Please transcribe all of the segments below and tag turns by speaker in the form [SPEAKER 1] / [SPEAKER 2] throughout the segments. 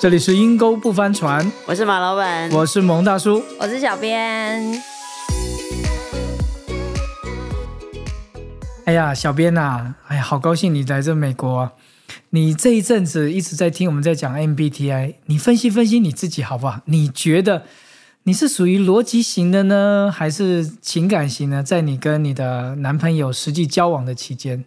[SPEAKER 1] 这里是阴沟不翻船，
[SPEAKER 2] 我是马老板，
[SPEAKER 1] 我是蒙大叔。
[SPEAKER 3] 我是小编，
[SPEAKER 1] 哎呀，小编呐、哎呀，好高兴你来这美国、啊。你这一阵子一直在听我们在讲 MBTI，你分析分析你自己好不好？你觉得你是属于逻辑型的呢，还是情感型呢？在你跟你的男朋友实际交往的期间，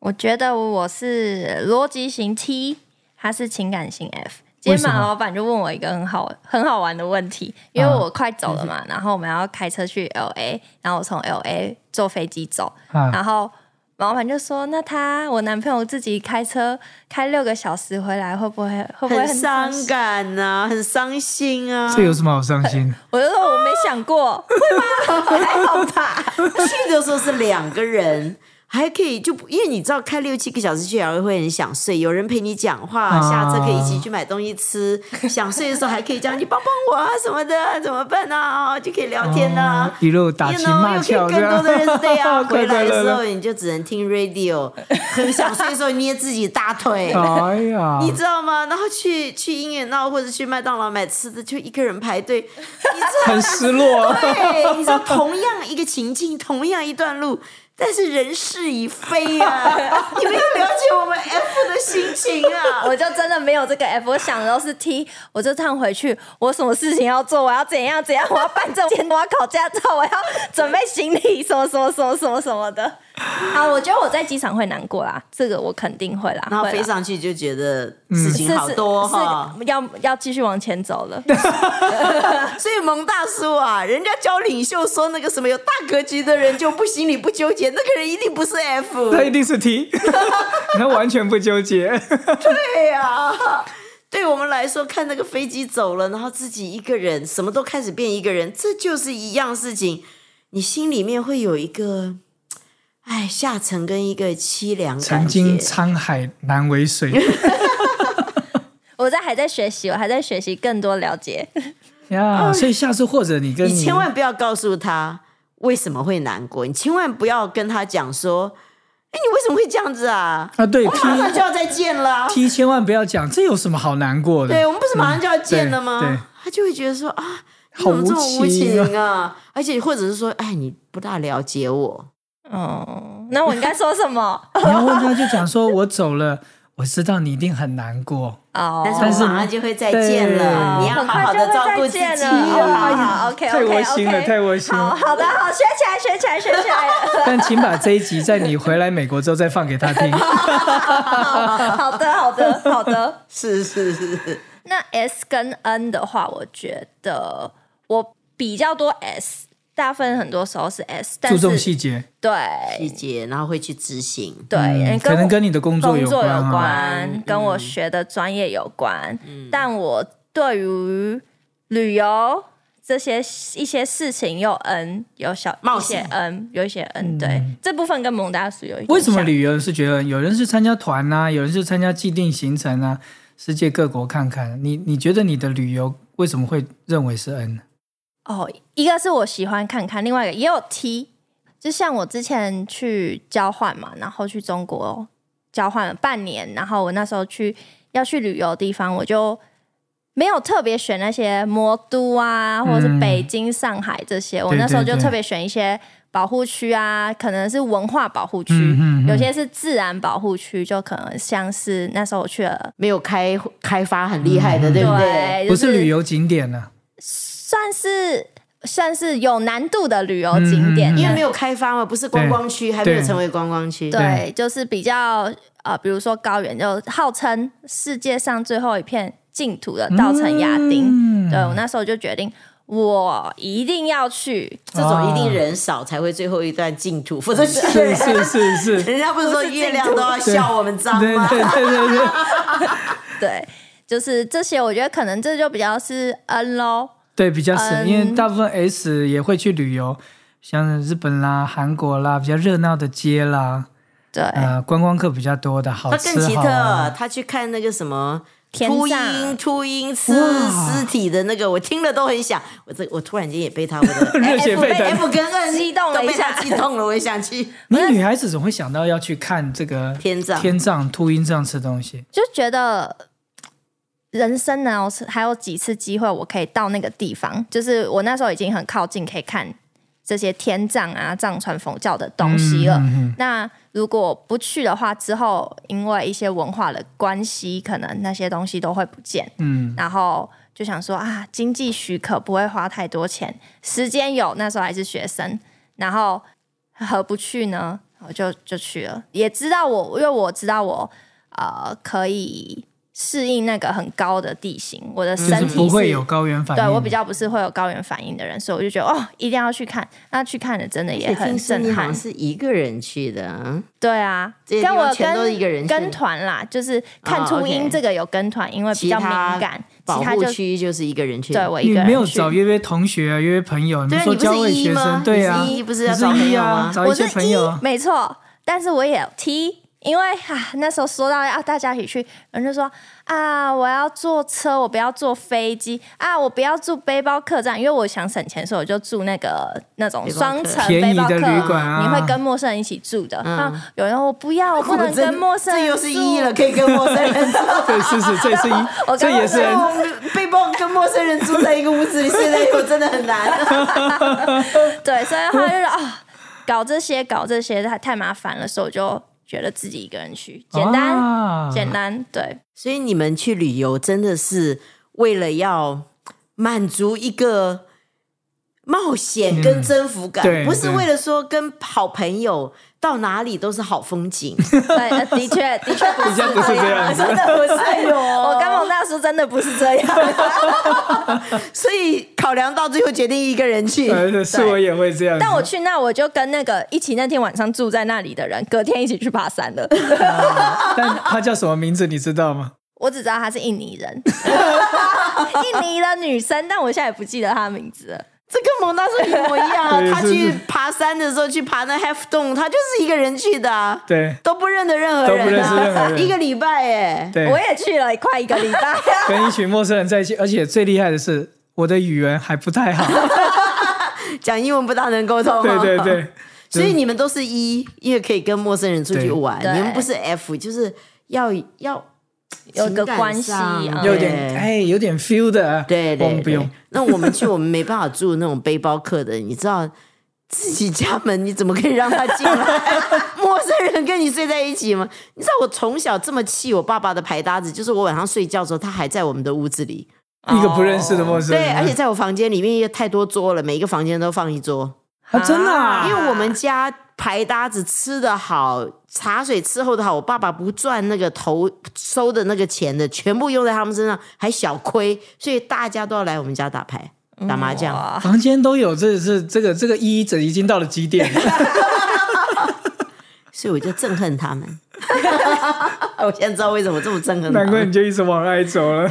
[SPEAKER 3] 我觉得我是逻辑型 T，他是情感型 F。今
[SPEAKER 1] 为
[SPEAKER 3] 天
[SPEAKER 1] 什么
[SPEAKER 3] 马老板就问我一个很好很好玩的问题，因为
[SPEAKER 1] 啊
[SPEAKER 3] 我快走了嘛，
[SPEAKER 2] 嗯
[SPEAKER 3] 然后我们要开车去 L A，然后我从 L A 坐飞机走，
[SPEAKER 1] 啊，
[SPEAKER 2] 嗯
[SPEAKER 3] 然后马老板就说：“那他我男朋友自己开车开六个小时回来，会不会会不会
[SPEAKER 2] 很
[SPEAKER 3] 很
[SPEAKER 2] 伤
[SPEAKER 3] 心
[SPEAKER 2] 感呐、很伤心啊。
[SPEAKER 1] 这有什么好伤心？
[SPEAKER 3] 我就说：“我没想过，会吗？还好吧。
[SPEAKER 2] 去的时候是两个人，还可以就不因为你知道开六七个小时去 L A 会很想睡，有人陪你讲话，
[SPEAKER 1] 啊
[SPEAKER 2] 下车可以一起去买东西吃，想睡的时候还可以叫你帮帮我啊什么的， 怎么办啊？就可以聊天啊。
[SPEAKER 1] 哦一路打情骂俏，
[SPEAKER 2] 又可以更多的人是这 样。
[SPEAKER 1] 快
[SPEAKER 2] 回来的时候
[SPEAKER 1] 乐乐
[SPEAKER 2] 你就只能听 radio，很想睡的时候捏自己大腿。
[SPEAKER 1] 哎呀，
[SPEAKER 2] 你知道吗？然后去去音乐闹或者去麦当劳买吃的，就一个人 排队，你知道
[SPEAKER 1] 很失落。
[SPEAKER 2] 对，你说同样一个情境，同样一段路，但是人事已非 啊！你们要了解我们 F 的心情”啊！
[SPEAKER 3] 我就真的没有这个 F，我想的都是 T。我这趟回去，我什么事情要做？我要怎样怎样？我要办证件，我要考驾照，我要准备行李，什么什么什么什么什么的。啊，我觉得我在机场会难过啦，这个我肯定会啦。
[SPEAKER 2] 然后
[SPEAKER 3] 会啦
[SPEAKER 2] 飞上去就觉得事情好多哈、
[SPEAKER 3] 是是要要继续往前走了。
[SPEAKER 2] 所以蒙大叔啊，人家教领袖说那个什么有大格局的人就不心里不纠结，那个人一定不是 F。
[SPEAKER 1] 他一定是 T，他完全不纠结。
[SPEAKER 2] 对呀、 对我们来说，看那个飞机走了，然后自己一个人，什么都开始变一个人，这就是一样事情。你心里面会有一个，哎，下沉跟一个凄凉感
[SPEAKER 1] 曾
[SPEAKER 2] 觉。
[SPEAKER 1] 经沧海难为水。
[SPEAKER 3] 我在还在学习，我还在学习更多了解。
[SPEAKER 1] 呀，所以下次或者你跟
[SPEAKER 2] 你千万不要告诉他为什么会难过，你千万不要跟他讲说，哎，你为什么会这样子啊？
[SPEAKER 1] 啊，对
[SPEAKER 2] 我们马上
[SPEAKER 1] T
[SPEAKER 2] 就要再见 了啊。
[SPEAKER 1] T 千万不要讲，这有什么好难过的？
[SPEAKER 2] 对，我们不是马上就要见了吗？
[SPEAKER 1] 嗯对对
[SPEAKER 2] 他就会觉得说啊，你
[SPEAKER 1] 好
[SPEAKER 2] 怎么这么
[SPEAKER 1] 无
[SPEAKER 2] 无
[SPEAKER 1] 情啊
[SPEAKER 2] 情啊？而且或者是说，哎，你不大了解我。
[SPEAKER 3] 哦，那我应该说 什么？
[SPEAKER 1] 你要问他就讲说，我走了，我知道你一定很难过。
[SPEAKER 3] 哦，
[SPEAKER 2] 但是
[SPEAKER 1] 但是
[SPEAKER 2] 我马上就会再
[SPEAKER 1] 对
[SPEAKER 2] 见了，
[SPEAKER 1] 哦
[SPEAKER 2] 你要好好的照顾自己
[SPEAKER 3] 很快就会再见了好
[SPEAKER 2] 啊
[SPEAKER 3] 好好，OK，
[SPEAKER 1] 哎太窝心了太窝心了
[SPEAKER 3] 好好的，好，学起来，学起来，学起 来。
[SPEAKER 1] 但请把这一集在你回来美国之后再放给他听。
[SPEAKER 3] 好的，好的，好的。
[SPEAKER 2] 是是是，
[SPEAKER 3] 那 S 跟 N 的话，我觉得我比较多 S，大部分很多时候是 S，但
[SPEAKER 1] 注
[SPEAKER 3] 是
[SPEAKER 1] 重细节，
[SPEAKER 3] 对
[SPEAKER 2] 细节，然后会去执行。
[SPEAKER 3] 对，
[SPEAKER 1] 嗯可
[SPEAKER 3] 我
[SPEAKER 1] 能跟你的工作
[SPEAKER 3] 工
[SPEAKER 1] 有
[SPEAKER 3] 作
[SPEAKER 1] 关
[SPEAKER 3] 有
[SPEAKER 1] 啊。
[SPEAKER 2] 嗯
[SPEAKER 3] 关，跟我学的专业有关。但我对于旅游这些一些事情有 N，有小
[SPEAKER 2] 冒
[SPEAKER 3] 一些
[SPEAKER 2] 险
[SPEAKER 3] N，有一些 N、对，这部分跟蒙大叔有一点
[SPEAKER 1] 嗯为什么
[SPEAKER 3] 像
[SPEAKER 1] 旅游是觉得有人是参加团呐、有人是参加既定行程啊？世界各国看看，你你觉得你的旅游为什么会认为是 N？呢
[SPEAKER 3] 哦，一个是我喜欢看看，另外一个也有 T，就像我之前去交换嘛，然后去中国交换了半年，然后我那时候去要去旅游的地方，我就没有特别选那些魔都啊，或者是北京、上海这些，我
[SPEAKER 1] 嗯对
[SPEAKER 3] 那时候
[SPEAKER 1] 对
[SPEAKER 3] 就
[SPEAKER 1] 对
[SPEAKER 3] 特别选一些保护区啊，可能是文化保护区，
[SPEAKER 1] 嗯嗯嗯
[SPEAKER 3] 有些是自然保护区，就可能像是那时候我去了，
[SPEAKER 2] 没有开开发很厉害的，对不对？
[SPEAKER 3] 对，
[SPEAKER 1] 嗯不
[SPEAKER 3] 就是
[SPEAKER 1] 旅游景点啊呢、
[SPEAKER 3] 算是算是有难度的旅游景点，
[SPEAKER 1] 嗯
[SPEAKER 2] 因为没有开发嘛，不是观光区，还没有
[SPEAKER 1] 对
[SPEAKER 2] 成为观光区。
[SPEAKER 3] 对，就是比较呃，比如说高原，就号称世界上最后一片净土的稻城亚丁。
[SPEAKER 1] 嗯
[SPEAKER 3] 对我那时候就决定，我一定要去。
[SPEAKER 2] 这种一定人少才会最后一段净土，否则去的
[SPEAKER 1] 是
[SPEAKER 2] 人
[SPEAKER 1] 是是 是，
[SPEAKER 2] 人家不是说月亮都要笑我们脏
[SPEAKER 1] 对
[SPEAKER 2] 吗？
[SPEAKER 1] 对对对对，
[SPEAKER 3] 对，就是这些，我觉得可能这就比较是 N 喽。
[SPEAKER 1] 对比较省，因为
[SPEAKER 3] 嗯
[SPEAKER 1] 大部分 S 也会去旅游，像日本啦、韩国啦，比较热闹的街啦，
[SPEAKER 3] 对，
[SPEAKER 1] 呃，观光客比较多的，好
[SPEAKER 2] 他
[SPEAKER 1] 吃
[SPEAKER 2] 更奇
[SPEAKER 1] 好啊
[SPEAKER 2] 特
[SPEAKER 1] 玩。，
[SPEAKER 2] 他去看那个什么
[SPEAKER 3] 天
[SPEAKER 2] 秃
[SPEAKER 3] 葬
[SPEAKER 2] 鹰，秃鹰吃
[SPEAKER 1] 哇
[SPEAKER 2] 尸体的那个，我听了都很想，我这我突然间也被他 我的
[SPEAKER 3] 哎
[SPEAKER 1] 热血沸腾
[SPEAKER 2] F 跟 N
[SPEAKER 3] 激动了
[SPEAKER 2] 都被
[SPEAKER 3] 一下
[SPEAKER 2] 他 激动了，我也想去。
[SPEAKER 1] 你女孩子总会想到要去看这个
[SPEAKER 2] 天葬
[SPEAKER 1] 天葬、秃鹰这样吃东西，
[SPEAKER 3] 就觉得人生呢，我是还有几次机会我可以到那个地方，就是我那时候已经很靠近，可以看这些天葬啊、藏传佛教的东西
[SPEAKER 1] 嗯
[SPEAKER 3] 了。那如果不去的话，之后因为一些文化的关系，可能那些东西都会不见。
[SPEAKER 1] 嗯，
[SPEAKER 3] 然后就想说啊，经济许可不会花太多钱，时间有，那时候还是学生，然后何不去呢？我就就去了，也知道我，因为我知道我呃可以适应那个很高的地形，我
[SPEAKER 1] 嗯
[SPEAKER 3] 的
[SPEAKER 1] 就是
[SPEAKER 3] 身体是
[SPEAKER 1] 不会有高原反应。
[SPEAKER 3] 对我比较不是会有高原反应的人，所以我就觉得哦，一定要去看。那去看了真的也很
[SPEAKER 2] 听说你
[SPEAKER 3] 震
[SPEAKER 2] 好
[SPEAKER 3] 撼
[SPEAKER 2] 像，是一个人去的啊，
[SPEAKER 3] 对啊，
[SPEAKER 2] 这些地
[SPEAKER 3] 跟
[SPEAKER 2] 方
[SPEAKER 3] 我
[SPEAKER 2] 全
[SPEAKER 3] 跟
[SPEAKER 2] 都是一个人去
[SPEAKER 3] 跟团啦，就是看
[SPEAKER 2] 哦
[SPEAKER 3] 初
[SPEAKER 2] OK
[SPEAKER 3] 音这个有跟团，因为比较
[SPEAKER 2] 其他
[SPEAKER 3] 敏感，
[SPEAKER 2] 保
[SPEAKER 3] 其他
[SPEAKER 2] 护
[SPEAKER 3] 就
[SPEAKER 2] 区就是一个人去。
[SPEAKER 3] 对我一
[SPEAKER 1] 你
[SPEAKER 3] 个人
[SPEAKER 1] 没有
[SPEAKER 3] 去
[SPEAKER 1] 找约约同学啊，约约朋友，
[SPEAKER 2] 对
[SPEAKER 1] 们
[SPEAKER 2] 啊
[SPEAKER 1] 说教会学
[SPEAKER 2] 你不是一吗
[SPEAKER 1] 生，对啊，
[SPEAKER 2] 你是一不是要
[SPEAKER 1] 你
[SPEAKER 2] 找朋友
[SPEAKER 1] 啊
[SPEAKER 2] 吗，
[SPEAKER 1] 找一些朋友啊。
[SPEAKER 3] 没错，但是我也有 T，因为 啊那时候说到要大家一起去，有人就说啊我要坐车，我不要坐飞机啊，我不要住背包客栈，因为我想省钱，所以我就住那个那种
[SPEAKER 2] 背包客
[SPEAKER 3] 双层
[SPEAKER 1] 便
[SPEAKER 3] 背
[SPEAKER 1] 宜
[SPEAKER 3] 包客
[SPEAKER 1] 的旅馆啊
[SPEAKER 3] 你会跟陌生人一起住的。
[SPEAKER 2] 嗯
[SPEAKER 3] 啊，有人说我不要，我不 能跟陌生人
[SPEAKER 2] 这
[SPEAKER 3] 住，
[SPEAKER 2] 又是一了，可以跟陌生人 住。
[SPEAKER 1] 对，是是，这是
[SPEAKER 3] 我
[SPEAKER 1] 一，
[SPEAKER 3] 刚
[SPEAKER 1] 这也是
[SPEAKER 2] 对， 我们被迫跟陌生人住在一个屋子里，现在又真的很难。
[SPEAKER 3] 对，所以他就是啊、搞这些搞这些太太麻烦了，所以我就觉得自己一个人去，简单、
[SPEAKER 1] 啊
[SPEAKER 3] 简单，对。
[SPEAKER 2] 所以你们去旅游真的是为了要满足一个冒险跟征服感，
[SPEAKER 1] 嗯对
[SPEAKER 2] 不是为了说跟好朋友到哪里都是好风景。
[SPEAKER 3] 对，呃的确，的确不
[SPEAKER 1] 比较不是这 样子
[SPEAKER 2] 真。的 不
[SPEAKER 1] 哎
[SPEAKER 2] 是哟、
[SPEAKER 3] 我跟蒙大叔真的不是这样，
[SPEAKER 2] 所以考量到最后决定一个人去。
[SPEAKER 1] 呃，是我也会这样子，
[SPEAKER 3] 但我去那我就跟那个一起那天晚上住在那里的人，隔天一起去爬山了。
[SPEAKER 1] 但他叫什么名字你知道吗？
[SPEAKER 3] 我只知道她是印尼 人，印尼的女生，但我现在也不记得她的名字了。
[SPEAKER 2] 这跟蒙大叔一模一样啊！
[SPEAKER 1] 对
[SPEAKER 2] 他
[SPEAKER 1] 是
[SPEAKER 2] 去
[SPEAKER 1] 是
[SPEAKER 2] 爬山的时候，去爬那 Half Dome，他就是一个人去的、啊，
[SPEAKER 1] 对
[SPEAKER 2] 都不认得任何
[SPEAKER 1] 都不
[SPEAKER 2] 人、
[SPEAKER 1] 认识任
[SPEAKER 2] 啊，
[SPEAKER 1] 何人
[SPEAKER 2] 一个礼拜哎、
[SPEAKER 1] 对
[SPEAKER 3] 我，也去了快一个礼拜，啊
[SPEAKER 1] 跟一群陌生人在一起，而 且最厉害的是我的语言还不太好，
[SPEAKER 2] 讲英文不大能沟通、哦。
[SPEAKER 1] 对对。对，
[SPEAKER 2] 所以你们都是一，因为可以跟陌生人出去
[SPEAKER 1] 对
[SPEAKER 2] 玩，
[SPEAKER 3] 对
[SPEAKER 2] 你们不是 F，就是要要
[SPEAKER 3] 有个
[SPEAKER 2] 情感
[SPEAKER 3] 关系
[SPEAKER 2] 上
[SPEAKER 3] 嗯
[SPEAKER 1] 有
[SPEAKER 2] 对
[SPEAKER 1] 点哎，有点 feel 的，
[SPEAKER 2] 对对，
[SPEAKER 1] 我们哦不
[SPEAKER 2] 对
[SPEAKER 1] 用。
[SPEAKER 2] 那我们去，我们没办法住那种背包客的，你知道自己家门你怎么可以让他进来？ 陌生人跟你睡在一起吗？你知道我从小这么气我爸爸的牌搭子，就是我晚上睡觉的时候，他还在我们的屋子里，
[SPEAKER 3] 哦
[SPEAKER 1] 一个不认识的陌生人，啊
[SPEAKER 2] 哦对，而且在我房间里面也太多桌了，每一个房间都放一桌，
[SPEAKER 1] 啊，真的啊，
[SPEAKER 2] 因为我们家。牌搭子吃的好，茶水伺候的好，我爸爸不赚那个头收的那个钱的，全部用在他们身上，还小亏，所以大家都要来我们家打牌、打麻将。
[SPEAKER 3] 哇
[SPEAKER 1] 房间都有，这是这个这个一整已经到了极 点，
[SPEAKER 2] 所以我就憎恨他们。我现在知道为什么这么憎恨他
[SPEAKER 1] 难怪你
[SPEAKER 2] 们。
[SPEAKER 1] 就一直往外走了。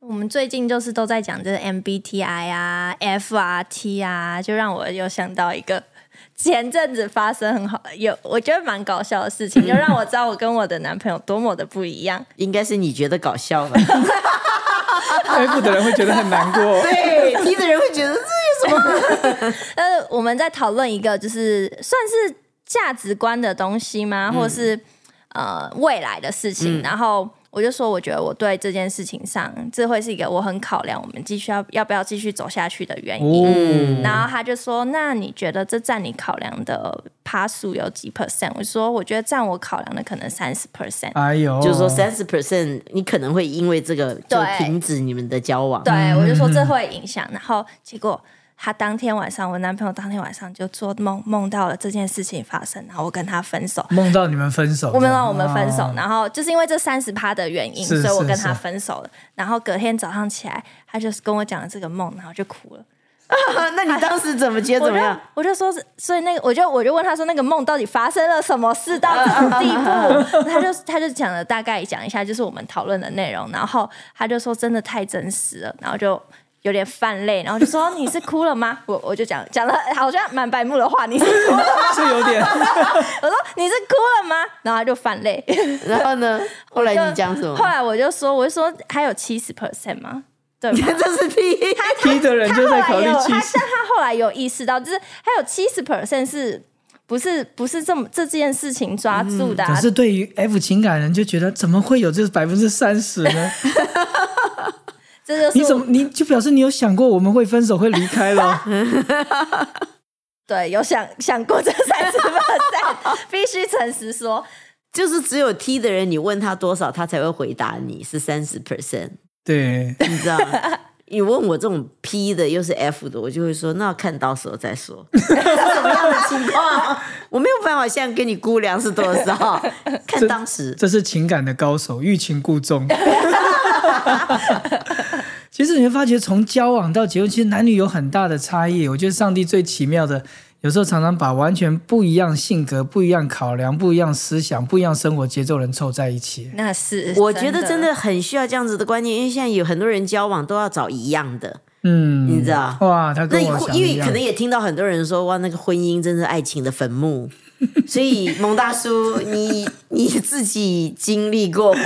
[SPEAKER 3] 我们最近就是都在讲这个 MBTI 啊、FRT 啊，就让我有想到一个前阵子发生很好有我觉得蛮搞笑的事情，就让我知道我跟我的男朋友多么的不一样。
[SPEAKER 2] 应该是你觉得搞笑吧？
[SPEAKER 1] F 的人会觉得很难过，
[SPEAKER 2] 对，听的人会觉得这有什么？
[SPEAKER 3] 呃，我们在讨论一个就是算是价值观的东西吗？或是呃未来的事情？然后我就说，我觉得我对这件事情上，这会是一个我很考量我们继续要要不要继续走下去的原因。
[SPEAKER 1] 哦，
[SPEAKER 3] 然后他就说：“那你觉得这占你考量的趴数有几 percent？” 我说：“我觉得占我考量的可能三十 percent。
[SPEAKER 1] 哎呦，
[SPEAKER 2] 就是说三十 percent，你可能会因为这个就
[SPEAKER 3] 对
[SPEAKER 2] 停止你们的交往。
[SPEAKER 3] 对，我就说这会影响。然后结果他当天晚上，我男朋友当天晚上就做梦，梦到了这件事情发生，然后我跟他分手。
[SPEAKER 1] 梦到你们分手，
[SPEAKER 3] 我们让我们分手，
[SPEAKER 1] 哦
[SPEAKER 3] 然后就是因为这三十趴的原因，
[SPEAKER 1] 是
[SPEAKER 3] 所以我
[SPEAKER 1] 是
[SPEAKER 3] 跟他
[SPEAKER 1] 是
[SPEAKER 3] 分手了。然后隔天早上起来，他就是跟我讲了这个梦，然后就哭了。
[SPEAKER 2] 那你当时怎么觉得
[SPEAKER 3] 我
[SPEAKER 2] 怎
[SPEAKER 3] 就
[SPEAKER 2] 么样？
[SPEAKER 3] 我就说是，所以那个，我就我就问他说，那个梦到底发生了什么事到这种地 步？他就他就讲了大概讲一下，就是我们讨论的内容，然后他就说真的太真实了，然后就。有点泛泪，然后就说哦你是哭了吗？ 我我就讲讲了好像蛮白目的话，你是哭了，
[SPEAKER 1] 是啊有点，
[SPEAKER 3] 我说你是哭了吗？然后他就泛泪。
[SPEAKER 2] 然后呢？后来你讲什
[SPEAKER 3] 后
[SPEAKER 2] 么？
[SPEAKER 3] 来我就说，我就说还有七十 percent 吗？对吗？
[SPEAKER 2] 这是第一，
[SPEAKER 1] P 的人就在
[SPEAKER 3] 他
[SPEAKER 1] 考
[SPEAKER 3] 后
[SPEAKER 1] 虑
[SPEAKER 3] 来有
[SPEAKER 1] 七
[SPEAKER 3] 他，
[SPEAKER 1] 十
[SPEAKER 3] 但他后来有意识到，就是还有七十 percent 是不是不是这么这件事情抓住的、啊
[SPEAKER 1] 嗯可是对于 F 情感人就觉得怎么会有这百分之三十 呢？
[SPEAKER 3] 这
[SPEAKER 1] 你
[SPEAKER 3] 就是
[SPEAKER 1] 怎
[SPEAKER 3] 我
[SPEAKER 1] 么你就表示你有想过我们会分手会离开 了？
[SPEAKER 3] 对有想想过这三十 percent，必须诚实说，
[SPEAKER 2] 就是只有 T 的人，你问他多少，他才会回答你是三十 percent，
[SPEAKER 1] 对，
[SPEAKER 2] 你知道吗？ 你问我这种 P 的又是 F 的，我就会说那看到时候再说， 什么样的情况？我没有办法现在跟你估量是多 少，看当时。
[SPEAKER 1] 这是情感的高手，欲擒故纵。 其实你会发觉，从交往到结婚，其实男女有很大的差异。我觉得上帝最奇妙的，有时候常常把完全不一样性格、不一样考量、不一样思想、不一样生活节奏的人凑在一起。
[SPEAKER 3] 那是
[SPEAKER 2] 我觉得真
[SPEAKER 3] 的
[SPEAKER 2] 的很需要这样子的观念，因为现在有很多人交往都要找一样的，
[SPEAKER 1] 嗯，
[SPEAKER 2] 你知道
[SPEAKER 1] 哇，他
[SPEAKER 2] 那
[SPEAKER 1] 跟
[SPEAKER 2] 你
[SPEAKER 1] 我
[SPEAKER 2] 会
[SPEAKER 1] 想
[SPEAKER 2] 因
[SPEAKER 1] 一
[SPEAKER 2] 为
[SPEAKER 1] 样
[SPEAKER 2] 可能。也听到很多人说，哇，那个婚姻真是爱情的坟墓。所以蒙大叔，你你自己经历过吗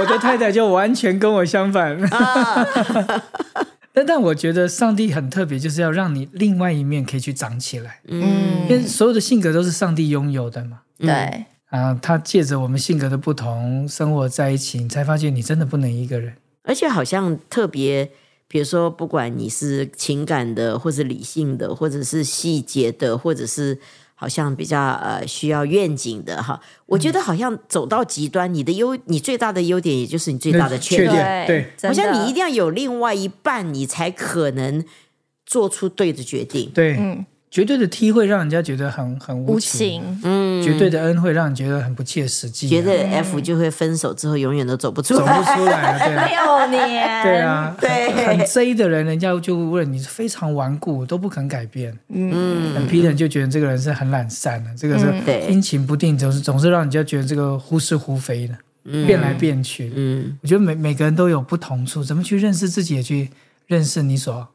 [SPEAKER 1] 我的太太就完全跟我相反。
[SPEAKER 2] 啊
[SPEAKER 1] 但但我觉得上帝很特别，就是要让你另外一面可以去长起来，因
[SPEAKER 3] 嗯
[SPEAKER 1] 为所有的性格都是上帝拥有的嘛。
[SPEAKER 3] 对
[SPEAKER 1] 啊，他借着我们性格的不同生活在一起，你才发现你真的不能一个人。
[SPEAKER 2] 而且好像特别，比如说，不管你是情感的，或是理性的，或者是细节的，或者是好像比较呃需要愿景的哈，我
[SPEAKER 1] 嗯
[SPEAKER 2] 觉得好像走到极端，你的优，你最大的优点也就是你最大的缺
[SPEAKER 1] 缺
[SPEAKER 2] 点，
[SPEAKER 1] 点对
[SPEAKER 3] 真
[SPEAKER 2] 好像
[SPEAKER 3] 的
[SPEAKER 2] 你一定要有另外一半，你才可能做出对的决定。
[SPEAKER 1] 对，
[SPEAKER 3] 嗯
[SPEAKER 1] 绝对的 T 会让人家觉得很很无
[SPEAKER 3] 无
[SPEAKER 1] 情，
[SPEAKER 3] 情，
[SPEAKER 2] 嗯，
[SPEAKER 1] 绝对的 N 会让人觉得很不切实际、啊
[SPEAKER 2] 觉得 F 就会分手之后永远都走不出
[SPEAKER 1] 走不
[SPEAKER 2] 来。
[SPEAKER 1] 出来了，对啊。
[SPEAKER 3] 六年
[SPEAKER 1] 对，啊，
[SPEAKER 2] 对
[SPEAKER 1] 很很 J 的人，人家就问你是非常顽固，都不肯改变。嗯，很 P 的人就觉得这个人是很懒散的，这个是
[SPEAKER 2] 对
[SPEAKER 1] 阴晴不定，总是总是让人家觉得这个忽是忽非的，变来变去。
[SPEAKER 2] 嗯，
[SPEAKER 1] 我觉得每每个人都有不同处，怎么去认识自己，也去认识你所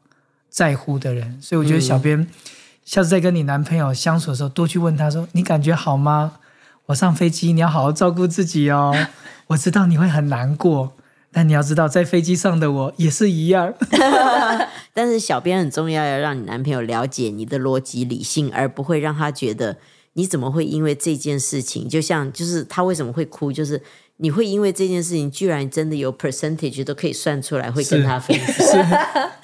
[SPEAKER 1] 在乎的人。所以
[SPEAKER 3] 嗯
[SPEAKER 1] 我觉得小编、下次再跟你男朋友相处的时候，多去问他说：“你感觉好吗？我上飞机，你要好好照顾自己 哦。我知道你会很难过，但你要知道，在飞机上的我也是一 样。
[SPEAKER 2] 但是小编很重要，要让你男朋友了解你的逻辑理性，而不会让他觉得你怎么会因为这件事情，就像就是他为什么会哭，就是你会因为这件事情，居然真的有 percentage 都可以算出来会跟他分手，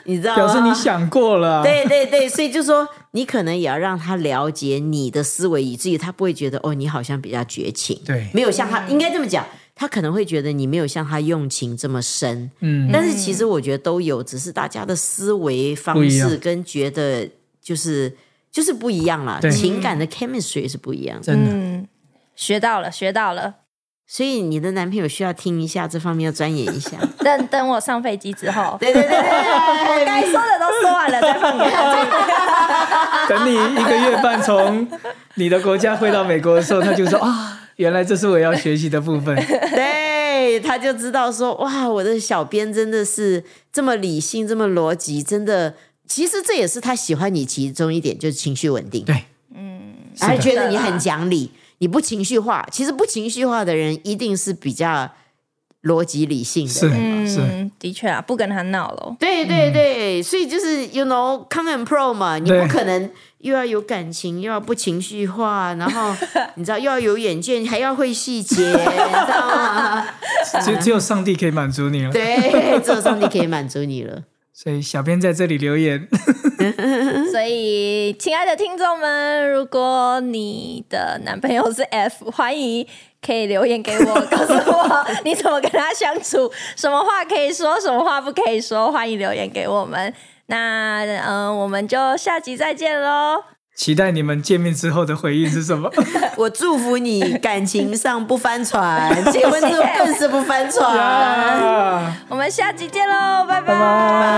[SPEAKER 2] 你知
[SPEAKER 3] 啊
[SPEAKER 2] 道吗？
[SPEAKER 1] 表示你想啊过了。
[SPEAKER 2] 对对对，所以就说你可能也要让他了解你的思维，以至于他不会觉得哦，你好像比较绝情，
[SPEAKER 1] 对
[SPEAKER 2] 没有像他、应该这么讲，他可能会觉得你没有像他用情这么深，
[SPEAKER 1] 嗯，
[SPEAKER 2] 但是其实我觉得都有，只是大家的思维
[SPEAKER 1] 不
[SPEAKER 2] 方
[SPEAKER 1] 一样
[SPEAKER 2] 式跟觉得就是就是不一样啦
[SPEAKER 1] 对，
[SPEAKER 2] 情感的 chemistry 是不一样的，
[SPEAKER 1] 真的，
[SPEAKER 3] 嗯，学到了，学到了。
[SPEAKER 2] 所以你的男朋友需要听一下这方面，要钻研一下。
[SPEAKER 3] 等等我上飞机之后，
[SPEAKER 2] 对对对对，
[SPEAKER 3] 该说的都说完了，再放给他。
[SPEAKER 1] 等你一个月半从你的国家回到美国的时候，他就说啊，原来这是我要学习的部分。
[SPEAKER 2] 对，他就知道说，哇，我的小编真的是这么理性，这么逻辑，真的。其实这也是他喜欢你其中一点，就是情绪稳定，
[SPEAKER 1] 对，
[SPEAKER 2] 还觉得你
[SPEAKER 3] 是的
[SPEAKER 2] 很
[SPEAKER 3] 啦
[SPEAKER 2] 讲理，你不情绪化。其实不情绪化的人一定是比较逻辑理性的
[SPEAKER 1] 是
[SPEAKER 2] 人。
[SPEAKER 1] 是，
[SPEAKER 3] 嗯，的确啊，不跟他闹了。
[SPEAKER 2] 对对对，所以就是 you know con and pro 嘛，你
[SPEAKER 1] 嗯对
[SPEAKER 2] 不可能又要有感情，又要不情绪化，然后你知道又要有远见，还要会细节，你知道吗？
[SPEAKER 1] 只只有上帝可以满足你了。
[SPEAKER 2] 对，只有上帝可以满足你了。
[SPEAKER 1] 所以小编在这里留言，嗯
[SPEAKER 3] 所以，亲爱的听众们，如果你的男朋友是 F，欢迎可以留言给我，告诉我你怎么跟他相处，什么话可以说，什么话不可以说，欢迎留言给我们。那嗯、呃我们就下集再见喽。
[SPEAKER 1] 期待你们见面之后的回应是什么。
[SPEAKER 2] 我祝福你感情上不翻船， 结婚之后更是不翻船。
[SPEAKER 1] 啊
[SPEAKER 3] 我们下集见喽，拜
[SPEAKER 1] 拜拜。